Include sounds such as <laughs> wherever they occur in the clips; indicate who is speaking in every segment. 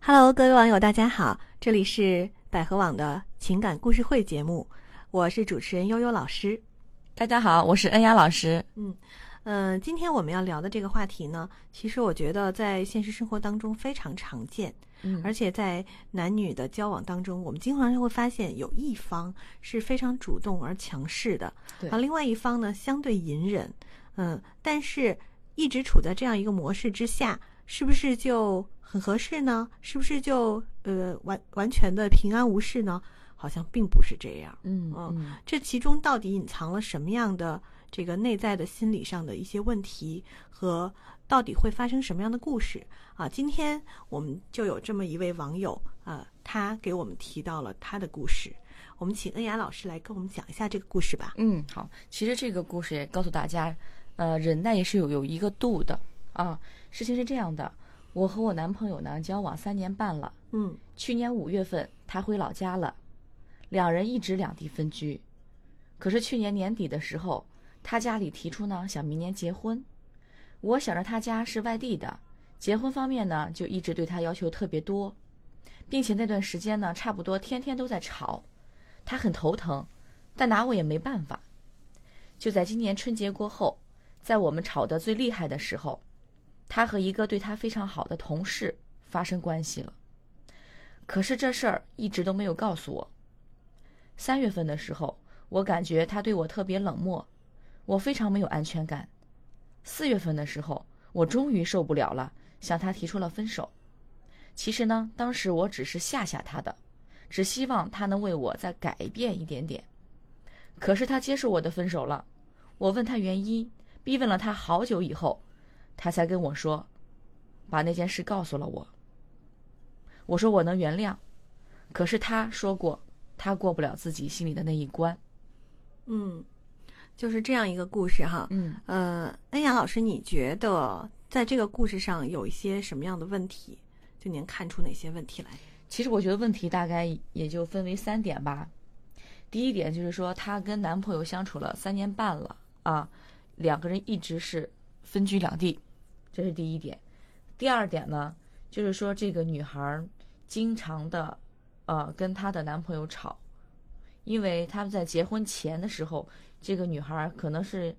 Speaker 1: Hello，各位网友，大家好，这里是百合网的情感故事会节目，我是主持人悠悠老师。
Speaker 2: 大家好，我是恩雅老师。
Speaker 1: 嗯、今天我们要聊的这个话题呢，其实我觉得在现实生活当中非常常见，
Speaker 2: 嗯
Speaker 1: 而且在男女的交往当中，我们经常会发现有一方是非常主动而强势的，
Speaker 2: 对
Speaker 1: 而另外一方呢相对隐忍，嗯，但是一直处在这样一个模式之下，是不是就很合适呢？是不是就呃完完全的平安无事呢？好像并不是这样。
Speaker 2: 嗯
Speaker 1: 哦这其中到底隐藏了什么样的这个内在的心理上的一些问题，和到底会发生什么样的故事啊？今天我们就有这么一位网友啊，他给我们提到了他的故事，我们请恩雅老师来跟我们讲一下这个故事吧。
Speaker 2: 嗯，好。其实这个故事也告诉大家，呃，忍耐也是有有一个度的啊。事情是这样的，我和我男朋友呢交往三年半了，
Speaker 1: 嗯
Speaker 2: 去年五月份他回老家了，两人一直两地分居。可是去年年底的时候，他家里提出呢想明年结婚，我想着他家是外地的，结婚方面呢就一直对他要求特别多，并且那段时间呢差不多天天都在吵，他很头疼，但拿我也没办法。就在今年春节过后，在我们吵得最厉害的时候，他和一个对他非常好的同事发生关系了。可是这事儿一直都没有告诉我。三月份的时候，我感觉他对我特别冷漠，我非常没有安全感。四月份的时候，我终于受不了了，向他提出了分手。其实呢，当时我只是吓吓他的，只希望他能为我再改变一点点。可是他接受我的分手了，我问他原因，逼问了他好久以后，他才跟我说，把那件事告诉了我。我说我能原谅，可是他说过，他过不了自己心里的那一关。
Speaker 1: 嗯，就是这样一个故事哈。
Speaker 2: 嗯，
Speaker 1: 呃，恩雅老师，你觉得在这个故事上有一些什么样的问题？就您看出哪些问题来？
Speaker 2: 其实我觉得问题大概也就分为三点吧。第一点就是说，她跟男朋友相处了三年半了啊，两个人一直是分居两地，这是第一点。第二点呢，就是说这个女孩儿经常的，呃，跟她的男朋友吵，因为他们在结婚前的时候，这个女孩儿可能是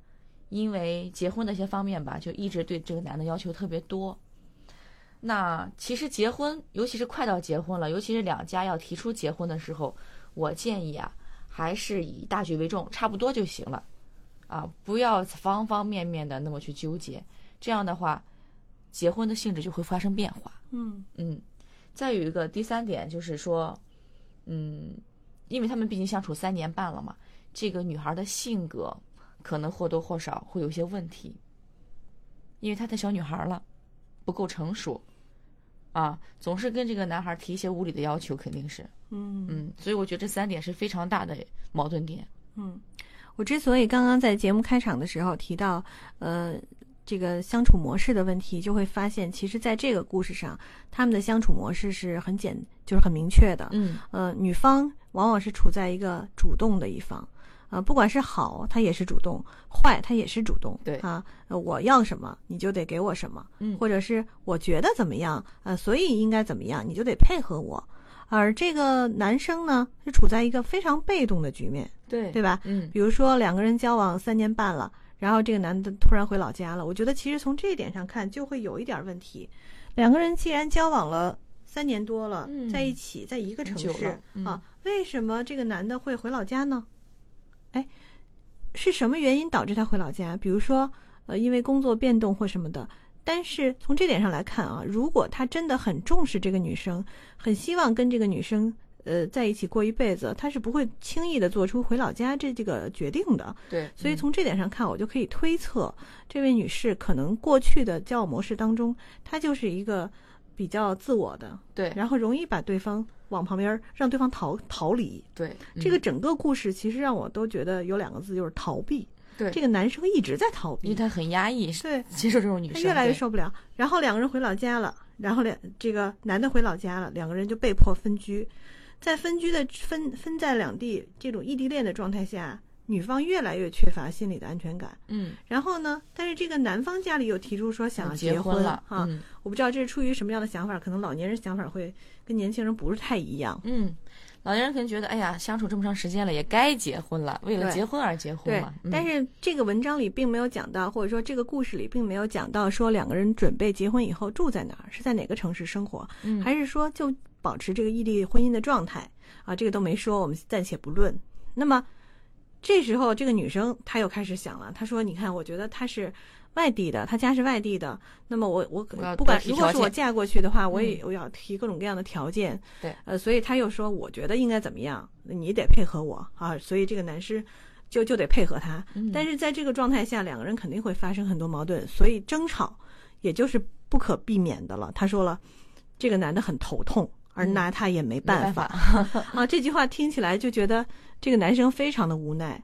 Speaker 2: 因为结婚的一些方面吧，就一直对这个男的要求特别多，那其实结婚，尤其是快到结婚了，尤其是两家要提出结婚的时候，我建议啊，还是以大局为重，差不多就行了，啊，不要方方面面的那么去纠结，这样的话，结婚的性质就会发生变化。
Speaker 1: 嗯
Speaker 2: 嗯，再有一个第三点就是说，嗯，因为他们毕竟相处三年半了嘛，这个女孩的性格可能或多或少会有些问题，因为她太小女孩了，不够成熟，啊，总是跟这个男孩提一些无理的要求，肯定是，
Speaker 1: 嗯
Speaker 2: 嗯，所以我觉得这三点是非常大的矛盾点。
Speaker 1: 嗯，我之所以刚刚在节目开场的时候提到，呃，这个相处模式的问题，就会发现，其实在这个故事上，他们的相处模式是很简，就是很明确的。
Speaker 2: 嗯
Speaker 1: 呃，女方往往是处在一个主动的一方，啊、不管是好，她也是主动；坏，她也是主动。
Speaker 2: 对
Speaker 1: 啊、呃我要什么，你就得给我什么，
Speaker 2: 嗯
Speaker 1: 或者是我觉得怎么样，呃，所以应该怎么样，你就得配合我。而这个男生呢，是处在一个非常被动的局面，
Speaker 2: 对
Speaker 1: 对吧？
Speaker 2: 嗯
Speaker 1: 比如说两个人交往三年半了，然后这个男的突然回老家了，我觉得其实从这一点上看就会有一点问题。两个人既然交往了三年多了，
Speaker 2: 嗯
Speaker 1: 在一起在一个城
Speaker 2: 很久
Speaker 1: 市
Speaker 2: 了、嗯
Speaker 1: 啊，为什么这个男的会回老家呢？哎，是什么原因导致他回老家？比如说，呃，因为工作变动或什么的。但是从这点上来看啊，如果他真的很重视这个女生，很希望跟这个女生呃在一起过一辈子，他是不会轻易的做出回老家这这个决定的。
Speaker 2: 对，嗯
Speaker 1: 所以从这点上看，我就可以推测，这位女士可能过去的交往模式当中，她就是一个比较自我的，
Speaker 2: 对
Speaker 1: 然后容易把对方往旁边儿，让对方逃逃离。
Speaker 2: 对嗯
Speaker 1: 这个整个故事其实让我都觉得有两个字，就是逃避。
Speaker 2: 对
Speaker 1: 这个男生一直在逃
Speaker 2: 因为
Speaker 1: 避，
Speaker 2: 他很压抑，
Speaker 1: 对，
Speaker 2: 接受这种女
Speaker 1: 他
Speaker 2: 生
Speaker 1: 越来越
Speaker 2: 对
Speaker 1: 受不了。然后两个人回老家了，然后两这个男的回老家了，两个人就被迫分居。在分居的分分在两地这种异地恋的状态下，女方越来越缺乏心理的安全感。
Speaker 2: 嗯，
Speaker 1: 然后呢，但是这个男方家里又提出说想要
Speaker 2: 结
Speaker 1: 婚
Speaker 2: 了
Speaker 1: 哈、
Speaker 2: 嗯
Speaker 1: 我不知道这是出于什么样的想法，可能老年人想法会跟年轻人不是太一样。
Speaker 2: 嗯，老年人可能觉得，哎呀，相处这么长时间了，也该结婚了，为了
Speaker 1: 对
Speaker 2: 结婚而结婚
Speaker 1: 对
Speaker 2: 嘛。，
Speaker 1: 但
Speaker 2: 嗯
Speaker 1: 是这个文章里并没有讲到，或者说这个故事里并没有讲到说两个人准备结婚以后住在哪儿，是在哪个城市生活，
Speaker 2: 嗯
Speaker 1: 还是说就保持这个异地婚姻的状态啊？这个都没说，我们暂且不论。那么这时候，这个女生她又开始想了，她说：“你看，我觉得她是外地的，她家是外地的，那么我我可
Speaker 2: 我要
Speaker 1: 不管
Speaker 2: 多提
Speaker 1: 如果
Speaker 2: 条
Speaker 1: 是我
Speaker 2: 件嗯
Speaker 1: 嫁过去的话，我也我要提各种各样的条件。
Speaker 2: 对
Speaker 1: 呃，所以她又说，我觉得应该怎么样，你得配合我啊。所以这个男士就就得配合她。
Speaker 2: 嗯
Speaker 1: 但是在这个状态下，两个人肯定会发生很多矛盾，所以争吵也就是不可避免的了。他说了，这个男的很头痛，而
Speaker 2: 嗯
Speaker 1: 拿他也没
Speaker 2: 办
Speaker 1: 办法啊。这句话听起来就觉得这个男生非常的无奈。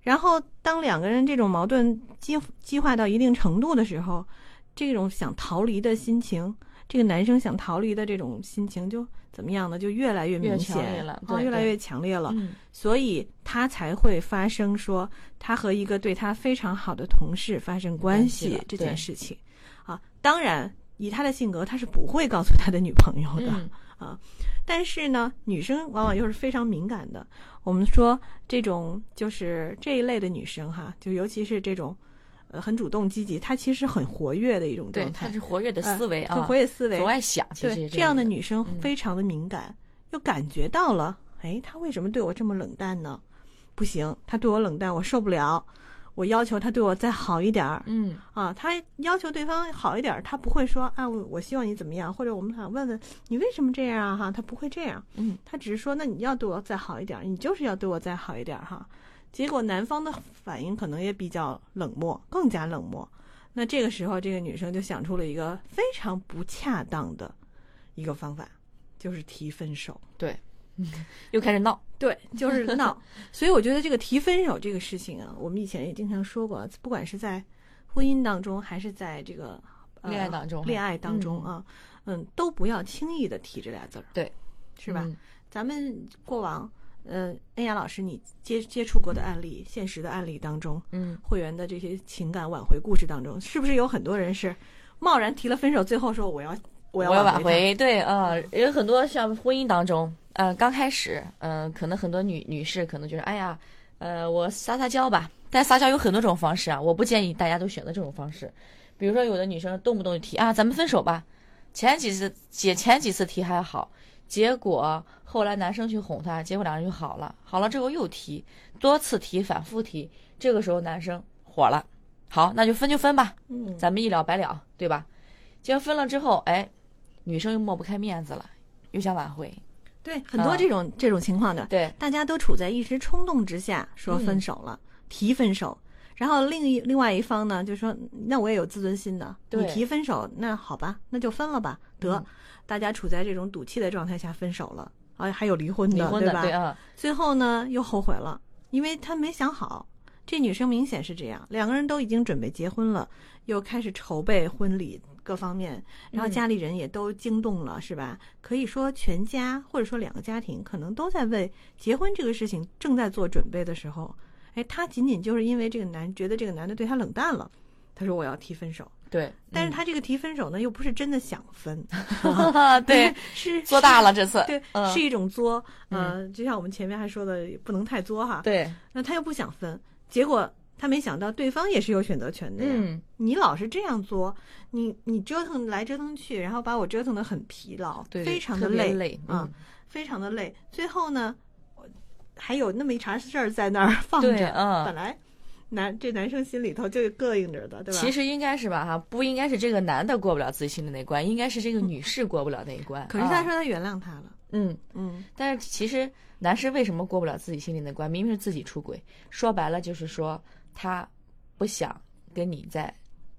Speaker 1: 然后，当两个人这种矛盾激激化到一定程度的时候，这种想逃离的心情，这个男生想逃离的这种心情就怎么样呢？就越来越明
Speaker 2: 强烈
Speaker 1: 显
Speaker 2: 了
Speaker 1: 啊，
Speaker 2: 对
Speaker 1: 越来
Speaker 2: 对
Speaker 1: 越强烈了。
Speaker 2: 嗯
Speaker 1: 所以他才会发生说他和一个对他非常好的同事发生关
Speaker 2: 关系
Speaker 1: 系
Speaker 2: 了
Speaker 1: 这
Speaker 2: 对
Speaker 1: 件事情啊。当然，以他的性格，他是不会告诉他的女朋友的。
Speaker 2: 嗯
Speaker 1: 但是呢，女生往往又是非常敏感的。我们说这种就是这一类的女生哈，就尤其是这种呃很主动积极，她其实很活跃的一种
Speaker 2: 对，
Speaker 1: 状
Speaker 2: 他
Speaker 1: 态，
Speaker 2: 是活跃的
Speaker 1: 呃
Speaker 2: 思维啊，
Speaker 1: 很活跃思维，
Speaker 2: 总爱想，其实
Speaker 1: 对，
Speaker 2: 这
Speaker 1: 样的
Speaker 2: 子
Speaker 1: 女生
Speaker 2: 嗯
Speaker 1: 非常的敏感，又感觉到了，哎，她为什么对我这么冷淡呢？不行，她对我冷淡，我受不了。我要求她对我再好一点儿、
Speaker 2: 嗯
Speaker 1: 啊，她要求对方好一点儿，她不会说啊，我我希望你怎么样，或者我们想问问你为什么这样啊哈、她不会这样，
Speaker 2: 嗯，
Speaker 1: 她只是说那你要对我再好一点儿，你就是要对我再好一点儿哈、结果男方的反应可能也比较冷漠，更加冷漠。那这个时候，这个女生就想出了一个非常不恰当的一个方法，就是提分手。
Speaker 2: 对，又开始闹，
Speaker 1: 对，就是
Speaker 2: <laughs>
Speaker 1: 闹。所以我觉得这个提分手这个事情啊，我们以前也经常说过，不管是在婚姻当中，还是在这个、呃
Speaker 2: 恋爱当中
Speaker 1: 恋爱当中啊，嗯都不要轻易的提这俩字儿，
Speaker 2: 对，
Speaker 1: 是吧？
Speaker 2: 嗯
Speaker 1: 咱们过往，呃，恩雅老师你接接触过的案例，现实的案例当中，
Speaker 2: 嗯，
Speaker 1: 会员的这些情感挽回故事当中，是不是有很多人是贸然提了分手，最后说我要我
Speaker 2: 我
Speaker 1: 要
Speaker 2: 要挽
Speaker 1: 挽回
Speaker 2: 回，对啊、呃有很多像婚姻当中，呃，刚开始，嗯、可能很多女女士可能觉得，哎呀，呃，我撒撒娇吧，但撒娇有很多种方式啊，我不建议大家都选择这种方式，比如说有的女生动不动就提啊，咱们分手吧，前几次姐前几次提还好，结果后来男生去哄她，结果两人就好了，好了之后又提，多次提，反复提，这个时候男生火了，好，那就分就分吧，
Speaker 1: 他？嗯，
Speaker 2: 咱们一了百了，对吧？结果分了之后，哎，女生又抹不开面子了，又想挽回，
Speaker 1: 对，很多
Speaker 2: 啊
Speaker 1: 这种、这种情况的，
Speaker 2: 对，
Speaker 1: 大家都处在一时冲动之下说
Speaker 2: 嗯
Speaker 1: 分手了，提分手，然后另一另外一方呢就说，那我也有自尊心的，
Speaker 2: 对
Speaker 1: 你提分手，那好吧，那就分了吧，得，
Speaker 2: 嗯
Speaker 1: 大家处在这种赌气的状态下分手了，啊，还有离婚的，
Speaker 2: 离婚的，
Speaker 1: 对吧？
Speaker 2: 对啊，
Speaker 1: 最后呢，又后悔了，因为他没想好。这女生明显是这样，两个人都已经准备结婚了，又开始筹备婚礼各方面，然后
Speaker 2: 嗯
Speaker 1: 家里人也都惊动了，是吧？可以说全家或者说两个家庭可能都在为结婚这个事情正在做准备的时候，哎，她仅仅就是因为这个男觉得这个男的对她冷淡了，她说我要提分手，
Speaker 2: 对，
Speaker 1: 但是她这个提分手呢，又不是真的想分，
Speaker 2: 他 <laughs> 对
Speaker 1: <laughs> 是
Speaker 2: 做大了这次，
Speaker 1: <laughs> 对，
Speaker 2: 嗯
Speaker 1: 是一种作。呃，就像我们前面还说的，不能太作哈。
Speaker 2: 对，
Speaker 1: 那他又不想分，结果他没想到对方也是有选择权的呀。
Speaker 2: 嗯，
Speaker 1: 你老是这样作，你你折腾来折腾去，然后把我折腾的很疲劳，
Speaker 2: 对，
Speaker 1: 非常的
Speaker 2: 特别
Speaker 1: 累
Speaker 2: 累
Speaker 1: 啊
Speaker 2: 嗯，
Speaker 1: 非常的累。最后呢，我还有那么一茬事儿在那儿放
Speaker 2: 对，
Speaker 1: 着，
Speaker 2: 嗯
Speaker 1: 本。来男这男生心里头就膈应着的，对吧？
Speaker 2: 其实应该是吧，哈，不应该是这个男的过不了自己心里那关，应该是这个女士过不了那一关。
Speaker 1: 可是他
Speaker 2: 啊
Speaker 1: 说他原谅他了，
Speaker 2: 嗯，
Speaker 1: 嗯，
Speaker 2: 但是其实男士为什么过不了自己心里那关？明明是自己出轨，说白了就是说他不想跟你再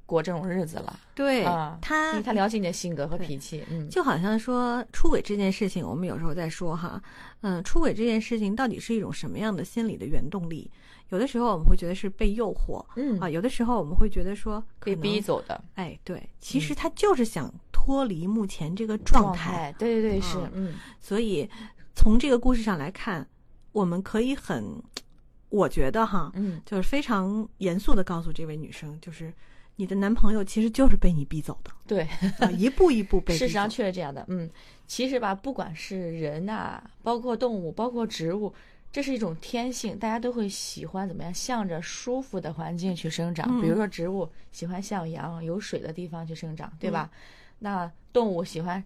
Speaker 2: 过这种日子了。
Speaker 1: 对
Speaker 2: 啊因
Speaker 1: 他
Speaker 2: 为他了解你的性格和
Speaker 1: 对
Speaker 2: 脾气，嗯，
Speaker 1: 就好像说出轨这件事情，我们有时候在说哈，嗯，出轨这件事情到底是一种什么样的心理的原动力？有的时候我们会觉得是被诱惑
Speaker 2: 嗯
Speaker 1: 啊，有的时候我们会觉得说可
Speaker 2: 被
Speaker 1: 能
Speaker 2: 逼嗯走的
Speaker 1: 哎，对，其实他就是想脱离目前这个状态，，
Speaker 2: 对对对，是
Speaker 1: 啊，
Speaker 2: 嗯，
Speaker 1: 所以从这个故事上来看，我们可以很。我觉得哈，
Speaker 2: 嗯，
Speaker 1: 就是非常严肃的告诉这位女生，就是你的男朋友其实就是被你逼走的，
Speaker 2: 对，
Speaker 1: 啊、一步一步被逼走。
Speaker 2: <laughs> 事实上确实这样的。嗯，其实吧，不管是人呐、包括动物，包括植物，这是一种天性，大家都会喜欢怎么样，向着舒服的环境去生长。
Speaker 1: 嗯
Speaker 2: 比如说植物喜欢向阳、有水的地方去生长，对
Speaker 1: 嗯
Speaker 2: 吧？那动物喜欢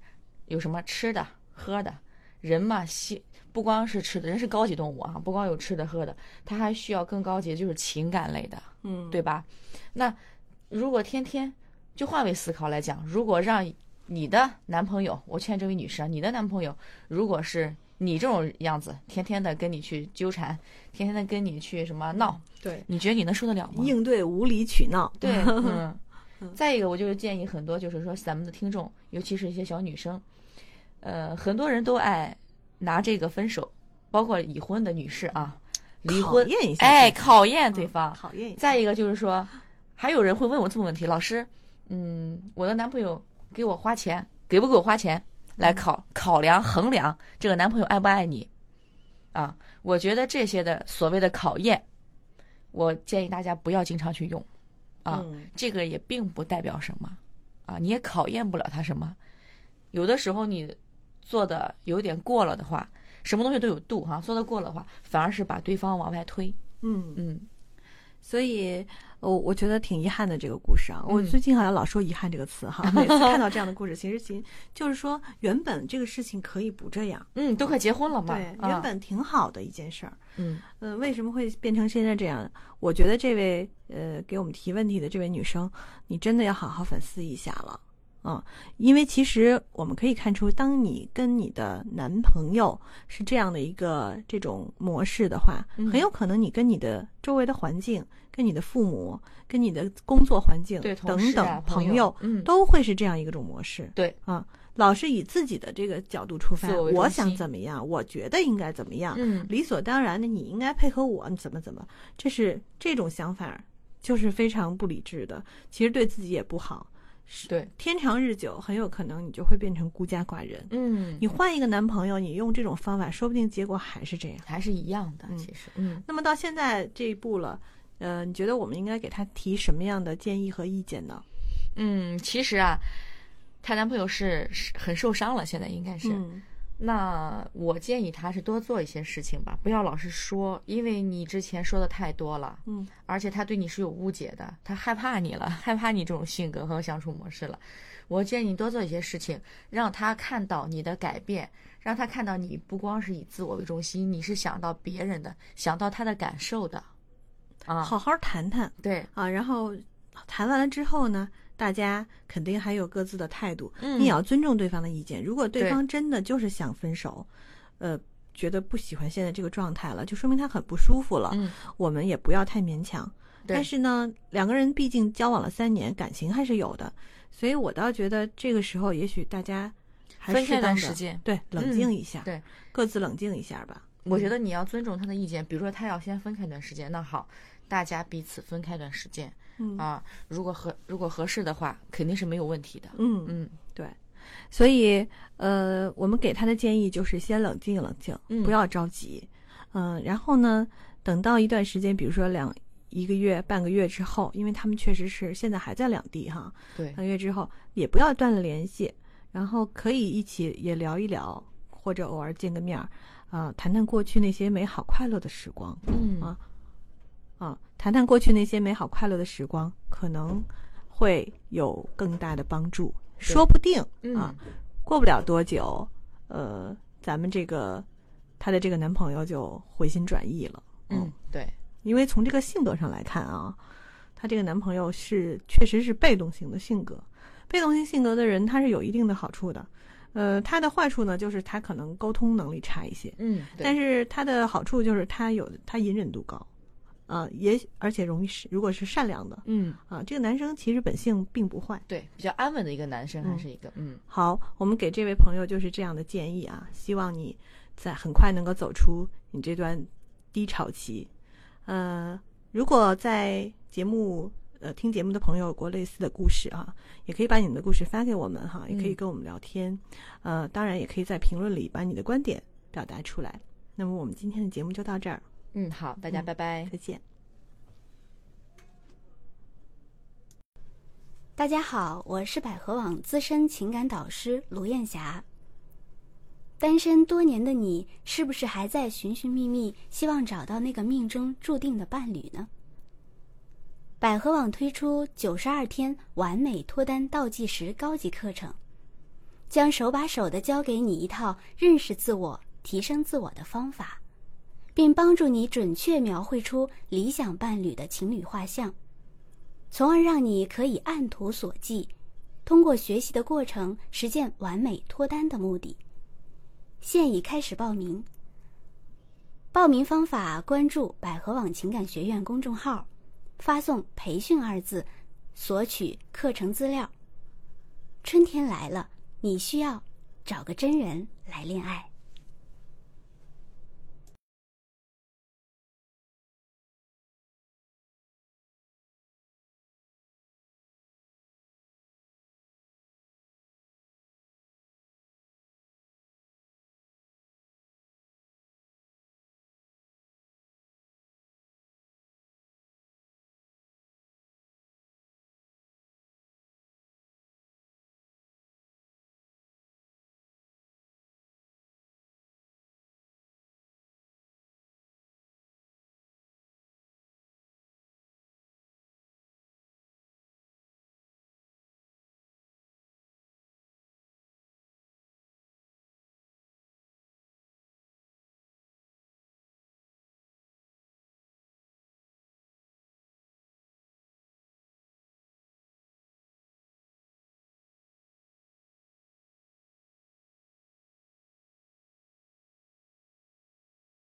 Speaker 2: 有什么吃的、喝的，人嘛，喜不光是吃的，人是高级动物啊，不光有吃的喝的，它还需要更高级的，就是情感类的。
Speaker 1: 嗯，
Speaker 2: 对吧？那如果天天就换位思考来讲，如果让你的男朋友，我劝这位女士啊，你的男朋友如果是你这种样子，天天的跟你去纠缠，天天的跟你去什么闹，
Speaker 1: 对，
Speaker 2: 你觉得你能受得了吗？
Speaker 1: 应对无理取闹。 <laughs>
Speaker 2: 对，嗯。再一个，我就是建议很多，就是说咱们的听众，尤其是一些小女生，呃，很多人都爱拿这个分手，包括已婚的女士啊，离
Speaker 1: 考
Speaker 2: 婚
Speaker 1: 验一下
Speaker 2: 哎，
Speaker 1: 自己嗯
Speaker 2: 考验对方，
Speaker 1: 考验一下。
Speaker 2: 再一个就是说，还有人会问我这么问题，老师，嗯，我的男朋友给我花钱，给不给我花钱
Speaker 1: 嗯
Speaker 2: 来考考量衡量这个男朋友爱不爱你，啊，我觉得这些的所谓的考验，我建议大家不要经常去用，啊，
Speaker 1: 嗯
Speaker 2: 这个也并不代表什么，啊，你也考验不了他什么，有的时候你做的有点过了的话，什么东西都有度哈、做的过了的话，反而是把对方往外推，
Speaker 1: 嗯，
Speaker 2: 嗯。
Speaker 1: 所以我我觉得挺遗憾的这个故事啊。我
Speaker 2: 嗯
Speaker 1: 最近好像老说遗憾这个词 <laughs> 哈，每次看到这样的故事，其实其实就是说，原本这个事情可以不这样，
Speaker 2: 嗯，都快结婚了嘛，
Speaker 1: 对，
Speaker 2: 啊
Speaker 1: 原本挺好的一件事儿。
Speaker 2: 嗯
Speaker 1: 嗯，为什么会变成现在这样？我觉得这位呃给我们提问题的这位女生，你真的要好好反思一下了，嗯，因为其实我们可以看出，当你跟你的男朋友是这样的一个这种模式的话，
Speaker 2: 嗯
Speaker 1: 很有可能你跟你的周围的环境、跟你的父母、跟你的工作环境
Speaker 2: 对，同
Speaker 1: 等
Speaker 2: 事
Speaker 1: 等
Speaker 2: 啊、
Speaker 1: 朋
Speaker 2: 友，嗯，
Speaker 1: 都会是这样一个种模式。
Speaker 2: 对
Speaker 1: 啊，老是以自己的这个角度出发
Speaker 2: 自我，为
Speaker 1: 我
Speaker 2: 中
Speaker 1: 想
Speaker 2: 心
Speaker 1: 怎么样，我觉得应该怎么样。
Speaker 2: 嗯，
Speaker 1: 理所当然的，你应该配合我，你怎么怎么，这是这种想法，就是非常不理智的，其实对自己也不好。
Speaker 2: 对，
Speaker 1: 天长日久，很有可能你就会变成孤家寡人。
Speaker 2: 嗯，
Speaker 1: 你换一个男朋友，你用这种方法，说不定结果还是这样。
Speaker 2: 还是一样的
Speaker 1: 嗯，
Speaker 2: 其实，嗯
Speaker 1: 那么到现在这一步了，呃，你觉得我们应该给他提什么样的建议和意见呢？
Speaker 2: 嗯，其实啊，她男朋友是是很受伤了，现在应该是，
Speaker 1: 嗯
Speaker 2: 那我建议她是多做一些事情吧，不要老是说，因为你之前说的太多了，
Speaker 1: 嗯
Speaker 2: 而且他对你是有误解的，他害怕你了， <laughs> 害怕你这种性格和相处模式了。我建议你多做一些事情，让他看到你的改变，让他看到你不光是以自我为中心，你是想到别人的，想到他的感受的。啊，
Speaker 1: 好好谈谈。
Speaker 2: 对，
Speaker 1: 啊，然后谈完了之后呢，大家肯定还有各自的态度，
Speaker 2: 嗯
Speaker 1: 你也要尊重对方的意见。如果对
Speaker 2: 对
Speaker 1: 方真的就是想分手，呃，觉得不喜欢现在这个状态了，就说明他很不舒服了。
Speaker 2: 嗯，
Speaker 1: 我们也不要太勉强。
Speaker 2: 对
Speaker 1: 但是呢，两个人毕竟交往了三年，感情还是有的，所以我倒觉得这个时候也许大家还
Speaker 2: 分
Speaker 1: 适
Speaker 2: 开一段
Speaker 1: 当
Speaker 2: 时
Speaker 1: 地
Speaker 2: 间
Speaker 1: 对，冷
Speaker 2: 嗯
Speaker 1: 静一下，
Speaker 2: 对，
Speaker 1: 各自冷静一下吧。
Speaker 2: 我觉得你要尊重他的意见，比如说他要先分开一段时间，那好，大家彼此分开一段时间
Speaker 1: 嗯
Speaker 2: 啊，如果合如果合适的话，肯定是没有问题的。
Speaker 1: 嗯
Speaker 2: 嗯，
Speaker 1: 对，所以呃，我们给他的建议就是先冷静冷静，
Speaker 2: 嗯
Speaker 1: 不要着急，嗯、然后呢，等到一段时间，比如说两一个月、半个月之后，因为他们确实是现在还在两地哈，
Speaker 2: 对
Speaker 1: 半，个月之后也不要断了联系，然后可以一起也聊一聊，或者偶尔见个面儿，啊、谈谈过去那些美好快乐的时光。
Speaker 2: 嗯
Speaker 1: 啊啊，谈谈过去那些美好快乐的时光，可能会有更大的帮助，说不定、
Speaker 2: 嗯
Speaker 1: 啊，过不了多久，呃，咱们这个她的这个男朋友就回心转意了，
Speaker 2: 嗯，对。
Speaker 1: 因为从这个性格上来看啊，她这个男朋友是确实是被动型的性格，被动型性格的人他是有一定的好处的，呃，他的坏处呢就是他可能沟通能力差一些，
Speaker 2: 嗯，对
Speaker 1: 但是它的好处就是它有它隐忍度高，啊、也而且容易是如果是善良的
Speaker 2: 嗯，
Speaker 1: 啊、这个男生其实本性并不坏。
Speaker 2: 对，比较安稳的一个男生
Speaker 1: 嗯
Speaker 2: 还是一个嗯
Speaker 1: 好，我们给这位朋友就是这样的建议啊，希望你在很快能够走出你这段低潮期。呃，如果在节目呃听节目的朋友有过类似的故事啊，也可以把你们的故事发给我们哈，也可以
Speaker 2: 嗯
Speaker 1: 跟我们聊天。呃，当然也可以在评论里把你的观点表达出来。那么我们今天的节目就到这儿，
Speaker 2: 嗯，好，大家
Speaker 1: 嗯
Speaker 2: 拜拜。
Speaker 1: 再见。
Speaker 3: 大家好，我是百合网资深情感导师卢艳霞。单身多年的你，是不是还在寻寻觅觅，希望找到那个命中注定的伴侣呢？百合网推出九十二天完美脱单倒计时高级课程，将手把手的教给你一套认识自我、提升自我的方法，并帮助你准确描绘出理想伴侣的情侣画像。从而让你可以按图索骥，通过学习的过程实现完美脱单的目的。现已开始报名，报名方法关注百合网情感学院公众号，发送“培训”二字，索取课程资料。春天来了，你需要找个真人来恋爱。